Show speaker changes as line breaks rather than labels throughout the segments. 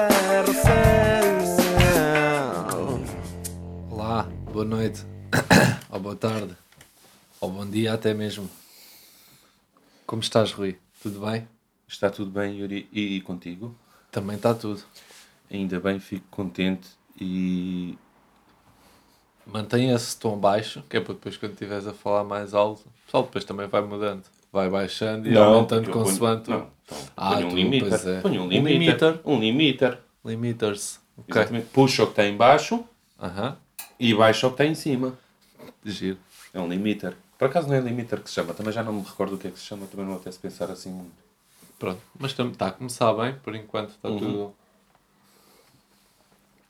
Ou boa tarde. Ou bom dia até mesmo. Como estás, Rui? Tudo bem?
Está tudo bem, Yuri? E contigo?
Também está tudo.
Ainda bem, fico contente e
Mantém esse tom baixo, que é para depois quando estiveres a falar mais alto, o pessoal depois também vai mudando. Vai baixando e aumentando
porque eu ponho-
consoante.
Não, então,
Ah,
ponho
tu,
um limiter.
pois é.
Ponho um
Um
limiter.
limiter.
Um limiter.
Limiters. Ok.
Exatamente. Puxa o que está em baixo
Aham.
e baixa o que está em cima.
Giro.
É um limiter. Por acaso não é limiter que se chama, também já não me recordo o que é que se chama, também não apetece pensar assim muito.
Pronto. Mas está a começar bem, por enquanto está
Uhum.
tudo.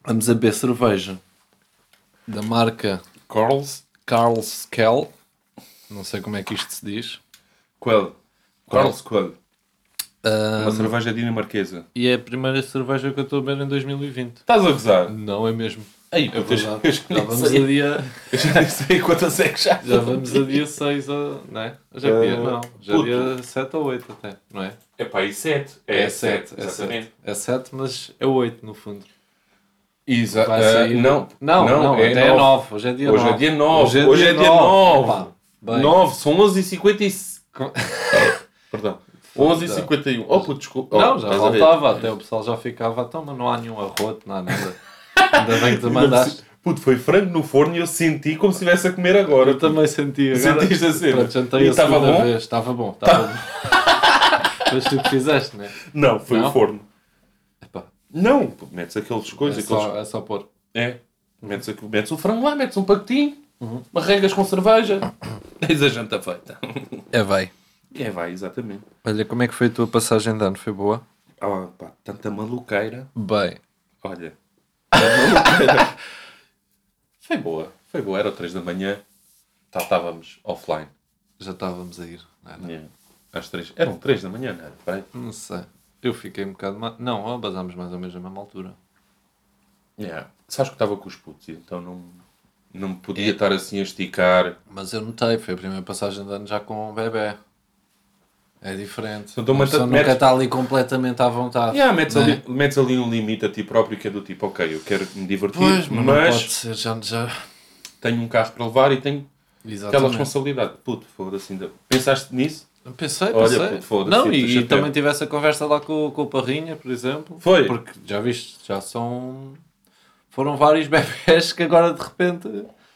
Vamos a beber cerveja da marca
Corls?
Carl's Kell. Não sei como é que isto se diz.
Quell. Corls Quell.
Ah,
Uma cerveja dinamarquesa.
E é a primeira cerveja que eu estou a beber em 2020.
Estás a gozar?
Não é mesmo.
Ei,
É
putas,
verdade.
eu já
Já
nem
vamos a
sei-
dia,
eu já nem sei quantas é que já.
já vamos a dia 6, não é? Já
Eh,
dia, não. Já é
puto.
dia 7 ou 8 até, não é?
É pá, e 7.
sete, é 7. É 7, mas é 8 no fundo.
Exato.
Vai sair-
não,
é, Não, não, até é 9. Hoje é dia 9.
Hoje é dia 9. Hoje é dia, 9.
Epá, bem,
9, são 11h50. Perdão. 11h51. Oh, puto, desculpa. Oh,
Não, já
estás a ver?
voltava até. O pessoal já ficava, então, mas não há nenhum arroto, não há nada. Ainda bem que tu mandaste.
Puto, foi frango no forno e eu senti como se estivesse a comer agora.
Eu também senti. Agora,
Sentiste a cena?
Pronto, jantei
E
a
estava
segunda
bom?
vez. Estava bom. Estava bom. Mas tu que fizeste, né?
Não, foi
Não?
o forno.
Epá,
Não, pô, metes aqueles
é,
coisas, aqueles...
só, é só pôr.
É. Metes, aquilo- metes o frango lá, metes um pacotinho,
Uhum.
marregas com cerveja, tens a janta feita.
É, vai.
É, vai, exatamente.
Olha, como é que foi a tua passagem de ano? Foi boa?
Ah, pá, tanta maluqueira.
Bem.
Olha. maluqueira. foi boa, foi boa. Era 3 da manhã, tá, estávamos offline.
Já estávamos a ir. Não, era?
Yeah. Às 3. Eram 3 da manhã, não era? Peraí.
não sei. Eu fiquei um bocado... Ma... Não, ó, basámos mais ou menos na mesma altura.
Yeah. Sabes que estava com os putos, então não, não me podia estar assim a esticar.
Mas eu notei. Foi a primeira passagem de ano já com um bebê. É diferente.
Então,
a
mas
pessoa
tu
nunca
metes-
está ali completamente à vontade.
Yeah, metes,
né?
ali, metes ali um limite a ti próprio que é do tipo, ok, eu quero me divertir,
Pois, mas, não pode
mas
ser. Já... já...
tenho um carro para levar e tenho aquela
Exatamente.
responsabilidade. Puto, foda-se ainda. Pensaste nisso?
Pensei,
Olha,
pensei.
puto, foda-se,
não,
tira-te o
e,
chapéu.
e também tive essa conversa lá com, com o Parrinha, por exemplo.
Foi.
Porque já viste, já são. Foram vários bebés que agora de repente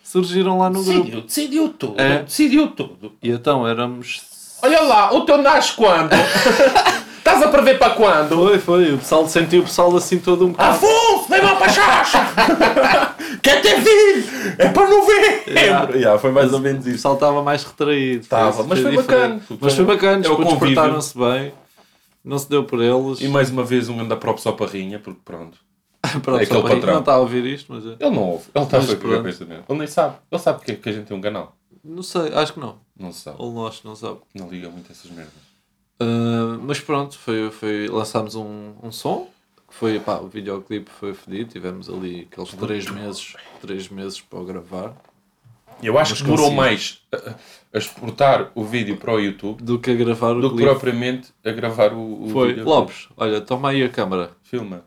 surgiram lá no grupo.
decidiu tudo,
É.
decidiu tudo.
E então éramos.
Olha lá, o teu nasce quando? Estás a prever para quando?
Foi, foi. O pessoal sentiu o pessoal assim todo um bocado.
Afonso, vem lá para a chacha! Quer ter filho? É para novembro!
Yeah.
Yeah, foi mais ou
O
menos isso.
pessoal estava mais retraído.
Estava,
isso
mas foi
diferente.
bacana.
Mas foi bacana,
É o
os putos
convívio.
portaram-se bem. Não se deu por eles.
E mais uma vez um grande props ao Parrinha, porque pronto.
Pronto,
é
só
aquele
para aí,
patrão.
não está a ouvir isto, mas. é.
Ele não ouve, ele está a
Mas
ver
pronto.
cabeça dele. Ele nem sabe, ele sabe porque é que a gente tem um canal.
Não sei, acho que não.
Não sabe,
Ou nós, não sabe.
não liga muito a essas merdas.
Uh, mas pronto, foi, foi, lançámos um, um som. que Foi, pá, o videoclipe foi fedido. Tivemos ali aqueles três meses, três meses para o gravar.
Eu acho
Mas
que demorou
consigo.
mais a, a exportar o vídeo para o YouTube
Do que a gravar o
do que
clipe.
propriamente a gravar o, o
Foi,
vídeo.
Lopes, olha, toma aí a câmara.
Filma.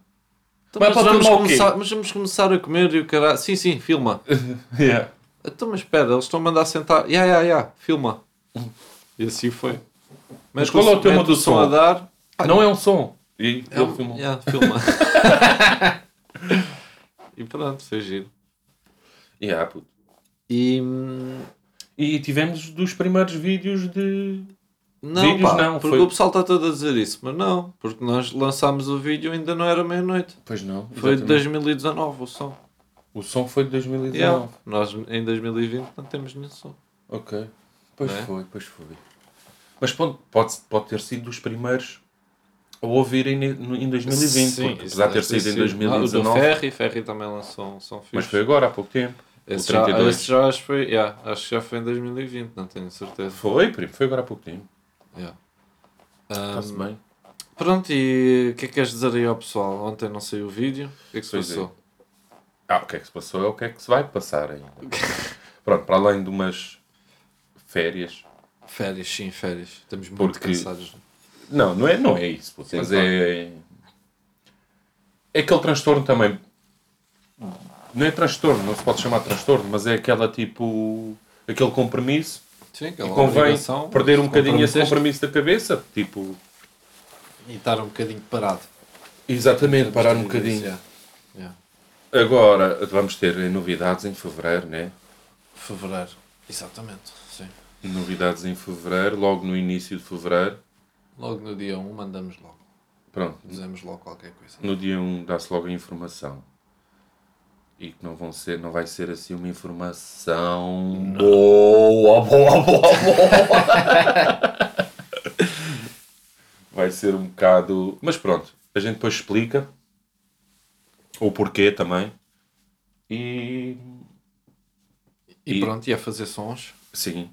Então,
Mas
mas,
para
vamos
filmar o quê?
começar, mas vamos começar a comer e o caralho. Sim, sim, filma.
Yeah.
Então, mas espera, eles estão a mandar sentar. Ya, ya, ya, filma. E assim foi.
Mas qual é o tema
mete
do som?
a dar.
Não é um som. E
É
ele
um-
filmou.
ya, filma. e pronto, foi giro.
Yeah, puto.
E. hum,
E tivemos dos primeiros vídeos de.
Não,
Vídeos
pá,
não,
porque
foi-
o pessoal está todo a dizer isso, mas não, porque nós lançámos o vídeo e ainda não era meia-noite.
Pois não.
Foi de
exatamente.
2019 o som.
O som foi de 2019.
Yeah. Nós em 2020 não temos nenhum som.
Ok. Pois
Não é?
foi, pois foi. Mas pode, pode, pode ter sido dos primeiros a ouvirem ne- no- em 2020. porque apesar de ter sido em
Ah, o do
2019.
Ferri, Ferri também lançou um som fixe.
Mas foi agora, há pouco tempo.
esse
o
já,
32.
esse já acho, que foi, yeah, acho que já foi em 2020, não tenho certeza.
Foi, primo. Foi agora há pouco tempo.
Yeah. Ah, hum.
Está-se bem.
Pronto, e o que é que queres dizer aí ao pessoal? Ontem não saiu o vídeo, o que é que se
Pois é.
passou?
Ah, o que é que se passou é o que é que se vai passar ainda. Pronto, para além de umas férias.
Férias, sim, férias. Estamos muito
Porque-
cansados.
Não, não é, não é isso, puto,
Sim,
mas
claro.
é. É aquele transtorno também Não é transtorno, não se pode chamar de transtorno, mas é aquela tipo. aquele compromisso.
Sim,
E
aquela
convém
obrigação,
perder um bocadinho esse
comprometeste
compromisso da cabeça. Tipo.
E estar um bocadinho parado.
Exatamente, parar um
Temos que dizer isso,
bocadinho.
yeah. Yeah.
é. Agora, vamos ter novidades em fevereiro, né?
Fevereiro. Exatamente, sim.
Novidades em fevereiro, logo no início de fevereiro.
Logo no dia 1 mandamos logo.
Pronto,
Fizemos logo qualquer coisa.
no dia 1 dá-se logo a informação. E que não, vão ser, não vai ser assim uma informação boa, boa, boa, boa. vai ser um bocado. Mas pronto, a gente depois explica o porquê também. E.
E,
E-
pronto, ia fazer sons.
Sim.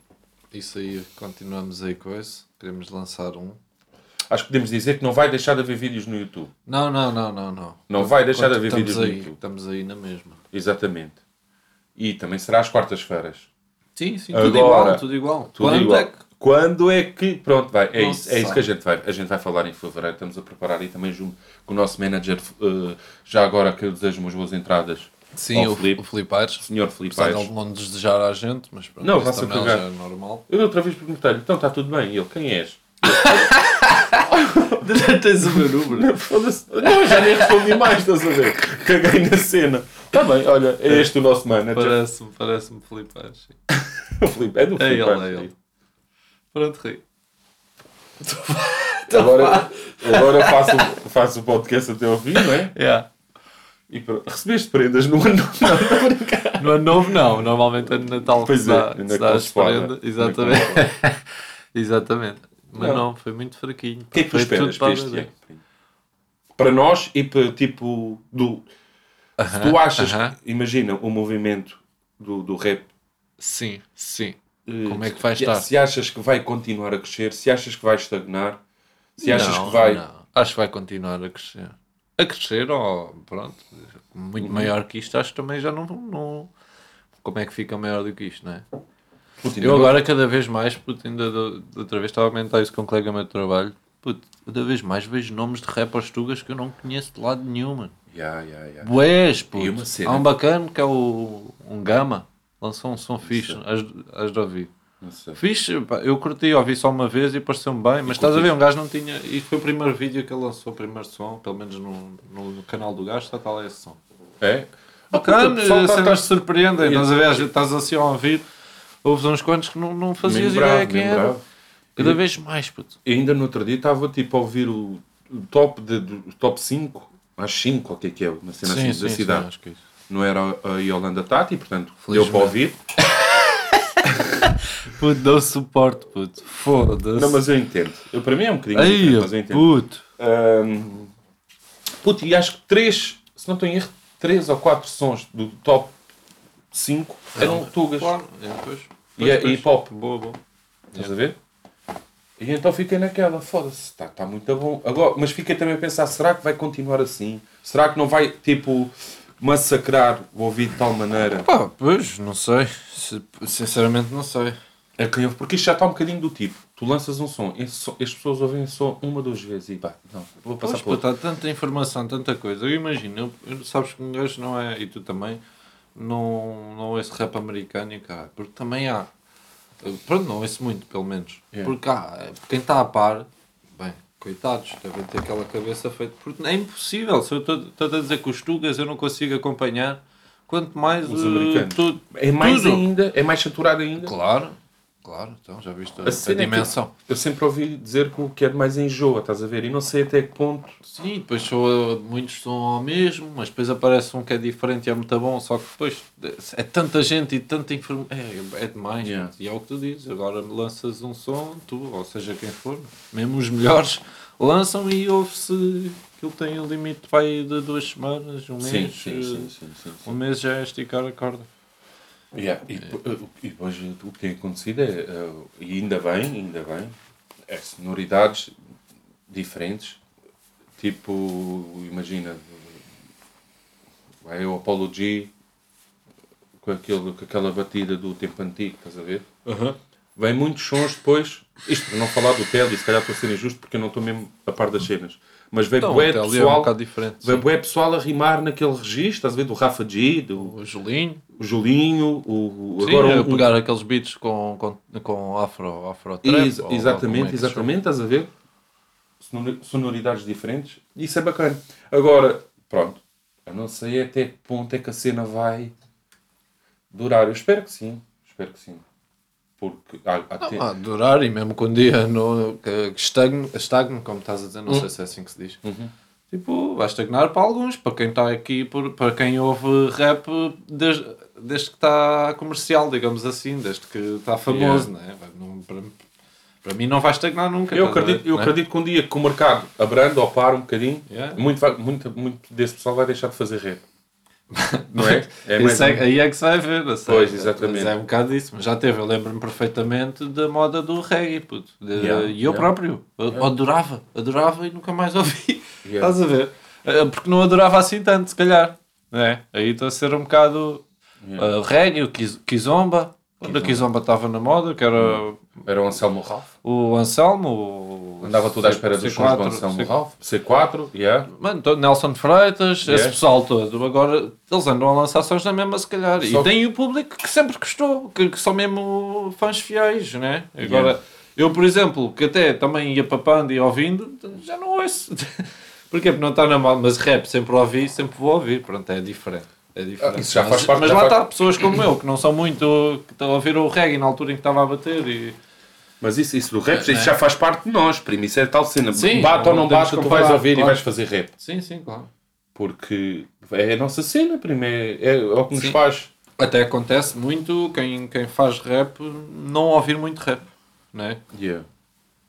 Isso aí, continuamos aí com isso. Queremos lançar um.
Acho que podemos dizer que não vai deixar de haver vídeos no YouTube.
Não, não, não, não, não.
Não vai deixar de haver
Estamos
vídeos no
aí,
YouTube.
Estamos aí na mesma.
Exatamente. E também será às quartas-feiras.
Sim, sim,
tudo
tudo
Agora, igual,
igual, tudo igual.
Tudo
Quando
igual.
é que
Quando é que. Pronto, vai. É
Não
isso,
se
é isso que a
sabe.
gente vai. A gente vai falar em fevereiro. Estamos a preparar e também junto com o nosso manager. eh, já agora que eu desejo umas boas entradas.
Sim,
ao
o,
Filipe.
o Filipe Aires.
Senhor Filipe
Apesar de
Aires.
ele não desejar à gente, mas pronto,
Não,
isso
vá-se
também
cagar.
já é normal.
Eu outra vez perguntei-lhe, então está tudo bem? E ele, quem és?
Tens o meu número.
Foda-se. Não, já nem respondi mais, estás a ver? Caguei na cena. Está bem, olha, é este o nosso manager.
Parece-me, parece-me Filipe Aires. sim.
O Filipe, é do
É ele,
Filipe.
é
Aires.
ele. Pronto, Rui.
Agora,
Então
agora faço, faço o podcast até ao fim, não é?
Yeah.
E pronto. recebeste prendas no ano
No ano novo, não. Normalmente é no Natal que
Pois
se
é,
dá,
ainda
que se dá as
corresponde.
prendas.
Ainda
Exatamente. Exatamente. Mas
Não.
não. foi muito fraquinho.
O que é que tu
Foi
esperas
tudo para
para este
ver.
ano? Para nós e para tipo do. se tu achas,
aham.
que- imagina o movimento do, do rap.
Sim, sim.
eh,
Como é que vai
se-
estar?
Se achas que vai continuar a crescer, se achas que vai estagnar, se achas
Não,
que vai.
não. Acho que vai continuar a crescer. A crescer, ou pronto, muito
Uhum.
maior que isto, acho que também já não, não- Como é que fica maior do que isto, não é?
Putin,
Eu agora, cada vez mais, puto, ainda do- da outra vez estava a comentar isso com um colega meu de trabalho. Puto, cada vez mais vejo nomes de rap aos tugas que eu não conheço de lado nenhum, mano.
Ya, ya, ya.
Boés, puto.
E uma cena-
Há um bacana que é o. Um Gama. Lançou um som fixe, as, as de ouvir.
Não sei.
Fixe, pá, eu curti, ouvi só uma vez e pareceu-me bem, mas estás a ver, um gajo não tinha. Isto foi o primeiro vídeo que ele lançou, o primeiro som, pelo menos no, no, no canal do gajo, está lá esse som.
É?
Bacana,
puta, o pessoal
as
tá- tá-
cenas te surpreendem,
Yeah.
estás a ver, às vezes estás assim a ouvir, ouves uns quantos que não, não fazias
Mesmo bravo,
ideia quem
mesmo
era.
bravo.
Cada vez mais, puto.
E ainda no outro dia estava tipo a ouvir o, o top de, do- o top 5, às 5, o que é que é? Uma cena assim da cidade.
acho que é isso.
Não era a Yolanda Tati, portanto, deu para
Felizmente.
ouvir.
Puto, dou suporte, puto. Foda-se.
Não, mas eu entendo. Eu, para mim é um bocadinho
Aí,
diferente, mas eu entendo.
puto.
Ahm, puto, e acho que três, se não estou em erro, três ou quatro sons do top 5 eram tugas.
Claro, é, pois.
E, é-
Pois, pois.
e pop.
Boa, boa.
Estás a ver? E então fiquei naquela, foda-se, está tá muito bom. Agora, mas fiquei também a pensar, será que vai continuar assim? Será que não vai, tipo, massacrar o ouvido de tal maneira?
Pá, pois, não sei. Se- Sinceramente, não sei.
É que eu- porque isto já está um bocadinho do tipo, tu lanças um som, esse som- as pessoas ouvem só uma, duas vezes e pá, não, vou passar
Pois,
para outro.
puta, há tanta informação, tanta coisa. Eu imagino, eu- eu- sabes que um gajo não é, e tu também, não, não ouço rap americano e caralho, porque também há. Pronto, não ouço muito, pelo menos.
Yeah.
Porque há, quem está a par, bem, coitados, devem ter aquela cabeça feita, porque é impossível. Se eu estou a dizer que os Tugas eu não consigo acompanhar, quanto mais
Os
eh,
americanos.
tu-
É mais
tudo.
ainda, é mais saturado ainda.
Claro, claro, então já viste a,
A
a
cena é que
dimensão.
Eu sempre ouvi dizer que o que é de mais enjoa, estás a ver? E não sei até que ponto.
Sim, depois sou, muitos são ao mesmo, mas depois aparece um que é diferente e é muito bom, só que depois é tanta gente e tanta informação. É, é demais.
Yeah.
puto. E é o que tu dizes. Agora lanças um som, tu, ou seja quem for, mesmo os melhores, lançam e ouve-se que ele tem um limite para aí de duas semanas, um mês. eh,
sim, sim,
Um mês já é esticar a corda.
Yeah,
É.
E, e hoje o que tem acontecido é, eh, e ainda bem, ainda bem, é sonoridades diferentes. Tipo, imagina, vai o Apollo G com, aquele, com aquela batida do tempo antigo, estás a ver? Vem muitos sons depois, isto para não falar do Telly, se calhar estou a ser injusto porque eu não estou mesmo a par das cenas, mas veio
Então,
bué
até ali é um
pessoal,
bocado diferente.
veio
sim.
bué pessoal a rimar naquele registro, estás a ver? Do Rafa G, do
O Julinho.
o Julinho, o, o-
Sim,
agora um,
é
o- o-
pegar aqueles beats com, com, com afro, afro trap.
um Ex-
ou- ou como é
exatamente,
que se chama.
exatamente, estás a ver? Sonori- Sonoridades diferentes. Isso é bacana. Agora, pronto, eu não sei até que ponto é que a cena vai durar. Eu espero que sim, espero que sim. Porque há, há te-
Ah, durar e mesmo que um dia no, que, que estagne, estagne, como estás a dizer, não
Uhum.
sei se é assim que se diz. Tipo, vai estagnar para alguns, para quem está aqui, por, para quem ouve rap desde, desde que está comercial, digamos assim, desde que está famoso, né? Vai- não- para, para mim não vai estagnar nunca.
Eu
estás a ver,
acredito, eu
né?
acredito que um dia que o mercado abranda ou para um bocadinho,
Yeah.
muito, vai- muito, muito desse pessoal vai deixar de fazer rap. Não é? É mais
Isso é-
um-
aí é que se vai ver, eu sei.
Pois, exatamente.
Mas é um bocado disso, mas já teve. Eu lembro-me perfeitamente da moda do reggae, puto. De-
Yeah,
e eu
yeah.
próprio eu adorava, adorava e nunca mais ouvi.
Yeah.
Estás a ver? Eh, Porque não adorava assim tanto, se calhar. Não é? Aí estou a ser um bocado eh, reggae, o Kiz- Kizomba. Quando a Kizomba estava na moda, que
Hum.
era
Era o Anselmo Ralph.
o Anselmo. o
Andava tudo à espera dos sons do
C4,
Anselmo
C-
Ralph. C4, yeah.
Mano, todo Nelson Freitas, esse
Yeah.
pessoal todo, agora eles andam a lançar sons na mesma, se calhar.
Só
E
que-
tem o público que sempre gostou, que, que são mesmo fãs fiéis, né? Agora,
Yeah.
eu, por exemplo, que até também ia papando e ouvindo, já não ouço. Porquê? Porque não está na moda, mas rap sempre ouvi, sempre vou ouvir. Pronto, é diferente. É diferente.
Ah, isso já
mas,
faz parte,
mas
já
lá
faz-
está, pessoas como eu, que não são muito. que estão a ouvir o reggae na altura em que estava a bater e.
Mas isso, isso do rap, isso já faz parte de nós, primo. Isso é tal cena.
Sim,
bate ou não
não podemos
bate, tu
comparar,
vais ouvir e
claro.
vais fazer rap.
Sim, sim, claro.
Porque é a nossa cena, primo. É, é o que nos
Sim.
faz.
Até acontece muito quem, quem faz rap não ouvir muito rap, né?
Yeah.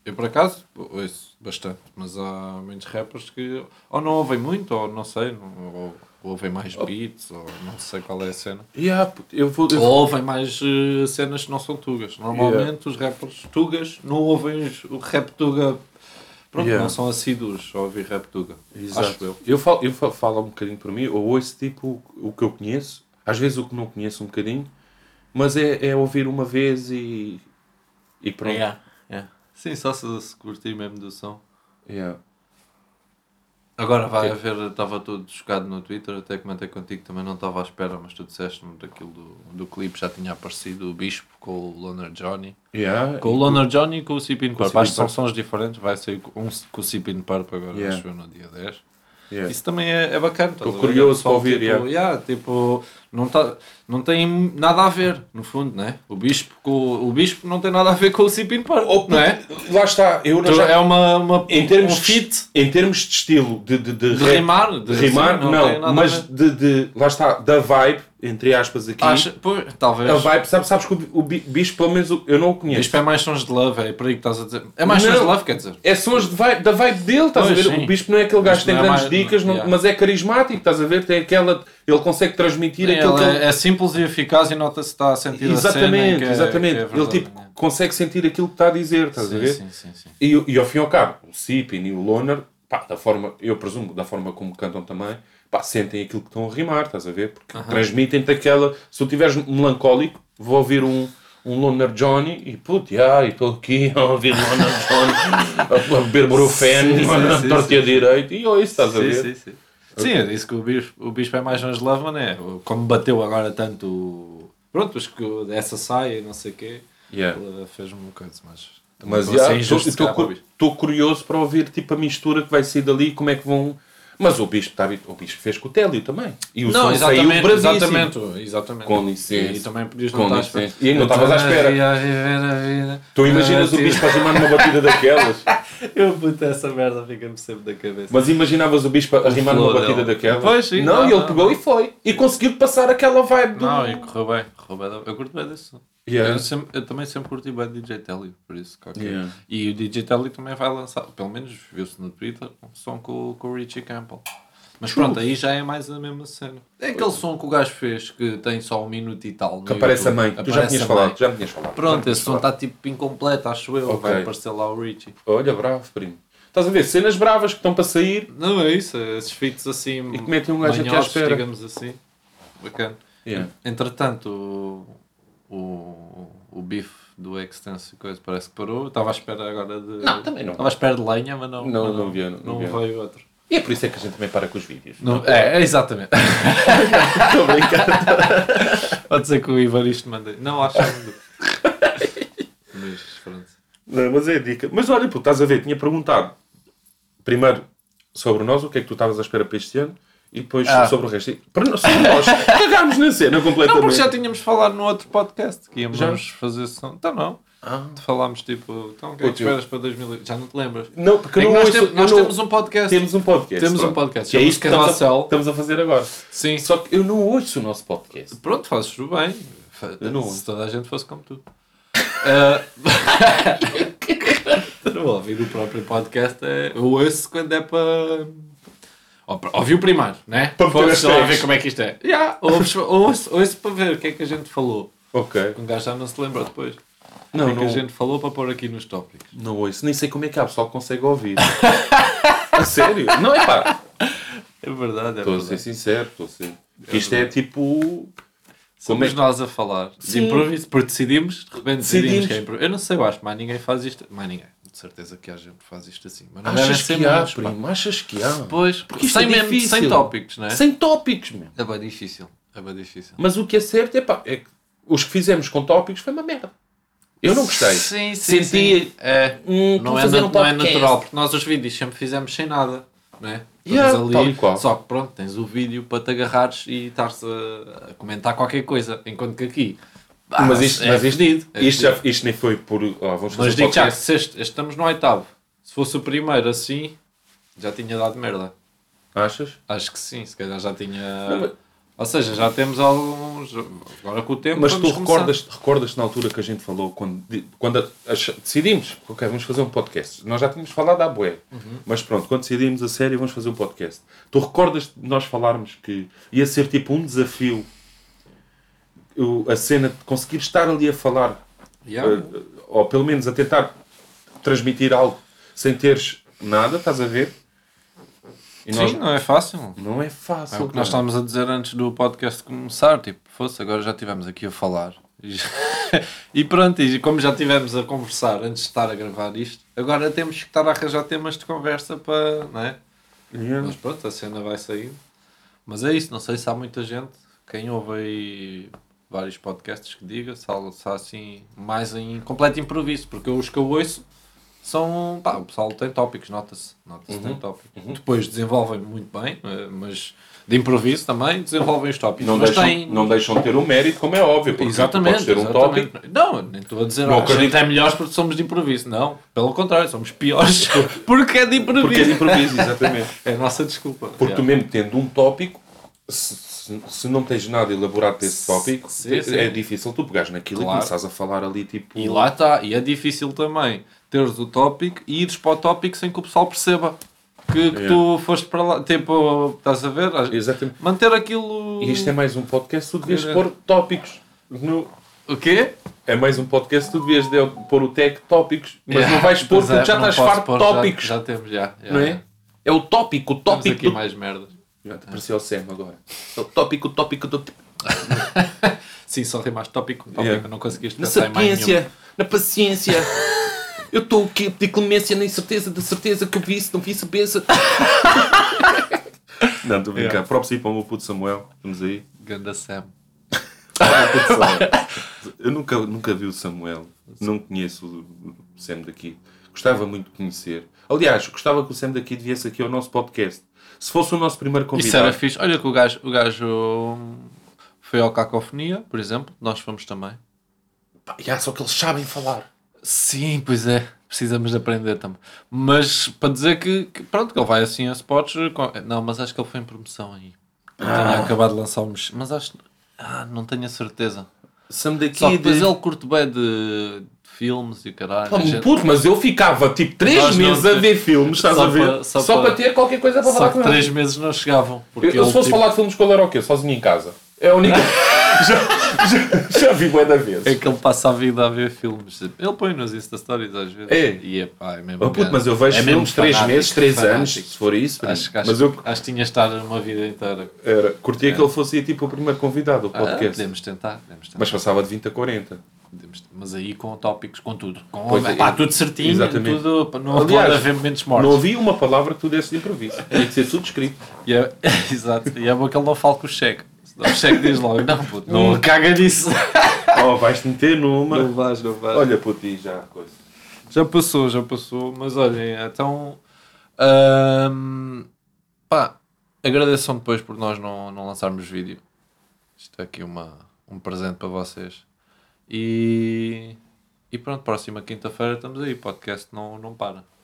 Eu por acaso ouço bastante, mas há muitos rappers que ou não ouvem muito, ou não sei, não- ou ouvem mais beats, ou não sei qual é a cena.
Yeah, puto, eu vou. Oh. eu-
Ou ouvem mais eh, cenas que não são tugas. Normalmente os rappers tugas não ouvem os- o rap tuga. Pronto,
Yeah.
não são assíduos a ouvir rap tuga. Acho eu.
Eu falo, eu fa- falo um bocadinho por mim, ou ouço tipo o que eu conheço, às vezes o que não conheço um bocadinho, mas é, é ouvir uma vez e. e pronto.
É, Sim, só se, se curtir mesmo do som.
Yeah.
Agora vai
Ok.
haver, estava todo chocado no Twitter, até comentei contigo, também não estava à espera, mas tu disseste-me daquilo do, do clipe, já tinha aparecido o Bispo com o Loner Johnny.
Yeah.
Com o Loner Johnny e com o Cipin Purp.
Cipin
Acho que são
Purp.
sons diferentes, vai sair com- um com o Cipin Purp agora,
Yeah.
acho eu, no dia 10.
Yeah.
Isso também é, é bacana. estás a ver?
curioso
Pessoal,
para ouvir,
Tipo,
yeah.
yeah, tipo, não, tá, não tem nada a ver, no fundo, né? O Bispo, com, o- o bispo não tem nada a ver com o Cipin Purp,
Oh, puto,
não é?
Lá está, eu não
Tu-
já-
É uma, uma,
em termos
um
de-
fit
em termos de estilo de, de, de
de
rap,
rimar.
de rimar
sim, tem
não,
nada a ver.
mas de, de- lá está da vibe entre aspas aqui
Acha, pois, talvez.
a vibe sabes, sabes que é o, Bi- o Bi- bicho pelo menos o- eu não o conheço
Bispo é mais sons de love, é por aí que estás a dizer. É mais
Não.
sons de love, quer dizer.
é sons de vibe- da vibe dele, estás
Pois,
a ver?
sim.
O Bispo não é aquele gajo que tem
Não é
grandes
mais-
dicas, não-
yeah.
mas é carismático, estás a ver? Tem aquela, ele consegue transmitir
Ele
aquilo que ele,
é, é simples e eficaz e nota-se que está a sentir a cena.
Exatamente,
que é-
exatamente.
que é
ele
verdade,
tipo
né?
consegue sentir aquilo que está a dizer, estás a ver?
Sim, sim, sim, sim.
E, e ao fim e ao cabo, o Sipin e o Loner, pá, da forma, eu presumo, da forma como cantam também, pá, sentem aquilo que estão a rimar, estás a ver? Porque transmitem-te aquela. Se tu estiveres melancólico, vou ouvir um, um Loner Johnny e puto, yeah, e estou aqui a ouvir Loner Johnny, a- a beber
Sim,
brufeno,
sim,
na
sim,
torta e a direito, e olha isso, estás a ver?
Sim, sim, sim. Sim, eu disse que o bispo, o bispo é mais sons de love, mas é como bateu agora tanto. o- Pronto, os que o- essa saia e não sei o quê,
Yeah.
ele fez-me um coisa, mas. também
Mas
vou ser
já,
injusto, se calhar, para o Bispo.
estou curioso para ouvir tipo a mistura que vai sair dali, como é que vão. Mas o Bispo, está habitu- o bispo fez com o Télio também. E o
Não,
som saiu
exatamente,
bravíssimo.
exatamente, exatamente.
Com licença.
E, também podias
Com
não estar
licença. E ainda não estavas à espera.
Eu estou a viver a vida.
Tu imaginas o
Ah,
bispo a rimar numa batida daquelas?
tira. Eu puto essa merda, fica-me sempre da cabeça.
Mas imaginavas o bispo a rimar numa
flow
batida
dele.
daquelas?
Pois, sim,
Oh, não,
não,
e ele
não,
pegou e foi. E conseguiu passar aquela vibe do.
Não, e correu bem, correu bem. da- Eu curto bem desse som.
Yeah.
Eu, sempre- eu também sempre curti bem DJ Telly, por isso que ok.
Yeah.
E o DJ Telly também vai lançar, pelo menos viu-se no Twitter, um som com, com o Richie Campbell. Mas pronto, aí já é mais a mesma cena. É aquele som que o gajo fez que tem só um minuto e tal. no
Que aparece a
YouTube.
mãe. Tu já
Aparece
me tinhas
a
falado.
mãe.
Já me tinhas falado.
Pronto, esse som está tipo incompleto, acho eu.
Ok.
Vai aparecer lá o Richie.
Olha, bravo, primo. Estás a ver? Cenas bravas que estão para sair.
Não, é isso, é esses feitos assim.
E que metem um gajo aqui à
manhosos,
espera.
Digamos assim. Bacana.
Yeah.
Entretanto, o, o, o bife do Extense e coisa, parece que parou. Estava à espera agora de.
Não, também não.
Estava à espera de lenha, mas não.
Não,
mas
não vieram, não
Não
vieram.
veio outro.
E é por isso é que a gente também para com os vídeos.
Não- é, é exatamente.
Estou a brincar.
Pode ser que o Ivaristo manda. Não, acho que mandou. Mas pronto.
Não, mas é a dica. Mas olha, pô, estás a ver, tinha perguntado primeiro sobre nós, o que é que tu estavas à espera para este ano, e depois
Ah.
sobre o resto. E Para nós, sobre nós, cagámos na cena
Não,
completamente.
porque já tínhamos falado no outro podcast que íamos
Já?
fazer sessão. Então não.
Ah.
Falámos tipo, então o que é que
Útil.
esperas para 2000? Já não te lembras?
Não, porque
É
eu
que
não
nós
ouço-
temos-
eu
nós
não-
temos um podcast.
Temos um podcast.
Temos um
pronto.
podcast,
Que é
chamamos
isto que estamos a,
Carrossel.
estamos a fazer agora.
Sim.
Só que eu não ouço o nosso podcast.
Pronto, fazes tudo bem.
Eu não-
Se toda a gente fosse como tu. Ah, não ouvir o próprio podcast é. Eu ouço quando é para. Ou para- Ouvi o primeiro, né?
Para meter
Ouço
as
só a
tags.
ver como é que isto é. Yeah, ouço, ouço, ouço para ver o que é que a gente falou.
Ok.
Um gajo já não se lembra depois. o
Não,
que é que
não,
a gente falou para pôr aqui nos tópicos.
não ouço. Nem sei como é que há pessoal que consegue ouvir. a sério? Não, é pá.
É verdade, é
Estou a ser
verdade.
sincero. Estou a ser... Porque isto é tipo... Como
Somos
é que-
nós a falar
Sim.
de improviso, porque decidimos, de repente decidimos,
Decidimos.
que é improviso. Eu não sei, eu acho que mais ninguém faz isto. Mais ninguém. De certeza que há gente que faz isto assim. Mas não devem
Achas
ser
que há,
muitos, pá.
primo? Achas que há?
Pois,
Porque isto
sem,
é
mesmo-
difícil.
sem tópicos, não é?
Sem tópicos, mesmo.
É bem difícil. É bem difícil.
Mas o que é certo é pá, é que os que fizemos com tópicos foi uma merda. Eu não gostei.
Sim, sim,
Senti-
sim. É.
Hum, estou
Não,
a
é,
fazer
nat-
um
não é
podcast.
natural, porque nós os vídeos sempre fizemos sem nada, não é? Estamos
Yeah, tal e qual.
Só que pronto, tens o vídeo para te agarrares e estares a, a comentar qualquer coisa, enquanto que aqui. ah,
mas isto,
é
mas isto,
fedido, é
isto,
fedido.
já- isto nem foi por. ah, vamos fazer
Mas
um
digo já,
podcast.
se este, estamos no oitavo. Se fosse o primeiro assim, já tinha dado merda.
Achas?
Acho que sim, se calhar já tinha.
Não, mas-
Ou seja, já temos alguns. Agora com o tempo.
Mas tu
Então vamos começar.
recordas, recordas na altura que a gente falou, quando, di- quando a- ach- decidimos, ok, vamos fazer um podcast. Nós já tínhamos falado à bué,
Uhum.
mas pronto, quando decidimos a série, vamos fazer um podcast. Tu recordas de nós falarmos que ia ser tipo um desafio o- a cena de conseguir estar ali a falar,
Yeah.
eh, ou pelo menos a tentar transmitir algo sem teres nada, estás a ver? E nós-
Sim, não é fácil.
não é fácil.
É o que nós
cara.
estávamos a dizer antes do podcast começar, tipo, fosse, agora já estivemos aqui a falar. E, e pronto, e como já estivemos a conversar antes de estar a gravar isto, agora temos que estar a arranjar temas de conversa para, não é?
Yeah.
Mas pronto, a cena vai sair. Mas é isso, não sei se há muita gente, quem ouve aí vários podcasts que diga, se há, se há assim mais em completo improviso, porque os que eu ouço são, pá, o pessoal tem tópicos, nota-se, nota-se tem
Uhum.
tópicos. Depois desenvolvem muito bem, eh, mas de improviso também desenvolvem os tópicos.
não
mas
deixam,
tem-
não deixam ter o mérito, como é óbvio, porque
Exatamente,
pode ser um
exatamente.
tópico.
Não, nem estou a dizer
Não
"Ah, a gente
acredito."
é melhores porque somos de improviso. Não, pelo contrário, somos piores porque é de improviso.
Porque é de improviso, exatamente.
É a nossa desculpa.
Porque
Yeah.
tu mesmo tendo um tópico, se, se- se não tens nada elaborado desse tópico,
Sim,
é-
sim.
é difícil tu pegares naquilo
Claro.
e começares a falar ali tipo.
E lá está, e é difícil também teres o tópico e ires para o tópico sem que o pessoal perceba que, que
Yeah.
tu foste para lá. Tipo, estás a ver?
Exatamente.
Manter aquilo.
E isto é mais um podcast, tu devias
Correto.
pôr tópicos. No...
O quê?
É mais um podcast, tu devias de- pôr o tag tópicos, mas
Yeah.
não vais pôr
Pois
porque
é,
já
não
estás
posso
farto de
pôr,
tópicos.
Já, já temos, já. já,
não
já.
é? É o tópico, o
Temos
tópico.
aqui
do-
mais merdas.
Já te parecia o Sam agora. É o tópico, o tópico do.
Sim, só tem mais tópico. tópico
Yeah.
Não conseguiste
Na
pensar em mais nenhum.
sapiência, na paciência. Eu estou aqui a pedir clemência na incerteza, da certeza que eu vi isso, não vi saber-se. Não, estou a brincar.
Yeah.
Próprio para o meu puto Samuel. Estamos aí.
Ganda Sam.
Eu nunca, nunca vi o Samuel. Não conheço o Sam daqui. Gostava muito de conhecer. Aliás, gostava que o Sam daqui viesse aqui ao nosso podcast. Se fosse o nosso primeiro
Isso era
convidado.
fixe. Olha que o gajo, o gajo hum, foi ao Cacofonia, por exemplo. Nós fomos também.
Pá, já, só que eles sabem falar.
Sim, pois é. Precisamos de aprender também. Mas para dizer que, que pronto, que ele vai assim a spots. com- Não, mas acho que ele foi em promoção aí. Eu
Ah.
Tinha acabado de lançar um mex- Mas acho. Ah, não tenho a certeza.
Sam daqui.
Só que depois
de-
ele curte bem de, de filmes e o caralho.
Pá, um
A gente-
puto, mas eu ficava tipo 3
é- Nós não-
meses a ver filmes, estás
Só
a ver?
para-
só
só
para
para-
ter qualquer coisa para
Só
falar com
que
ele.
três meses não chegavam. Porque
Eu, eu se
ele,
fosse
tipo,
falar de filmes com ele era o quê? Sozinho em casa. É a única. já, já, já vi bué da vez.
É que ele passa a vida a ver filmes. Ele põe-nos Insta Stories às vezes.
É.
E é pá, é mesmo.
Oh, puto,
grande.
mas eu vejo
É mesmo
filmes 3
fanático,
meses, 3
fanático.
anos, se for isso.
Acho, que- acho,
mas eu
acho que tinha de estar uma vida inteira.
era, curtia que ele fosse tipo o primeiro convidado do
É. Ah,
podcast.
podemos tentar, podemos tentar.
mas passava de 20 a 40.
podemos- mas aí com tópicos, com tudo. Com,
Pois é,
pá,
é.
tudo certinho,
Exatamente.
tudo, pá, não
Aliás,
pode haver momentos
Não
mortos.
ouvi uma palavra que tu desse de improviso. Tinha que ser tudo escrito.
E é, exato, e é bom que ele não fale com o cheque. Senão o cheque diz logo, não, puto, não
Hum.
caga nisso.
Oh, vais-te meter numa.
vais, não vais.
Olha para ti já. Coisa.
Já passou, já passou. Mas olhem, então. ahm, pá, agradeçam depois por nós não, não lançarmos vídeo. Isto é aqui uma, um presente para vocês. E. E pronto, próxima quinta-feira estamos aí. Podcast não, não para.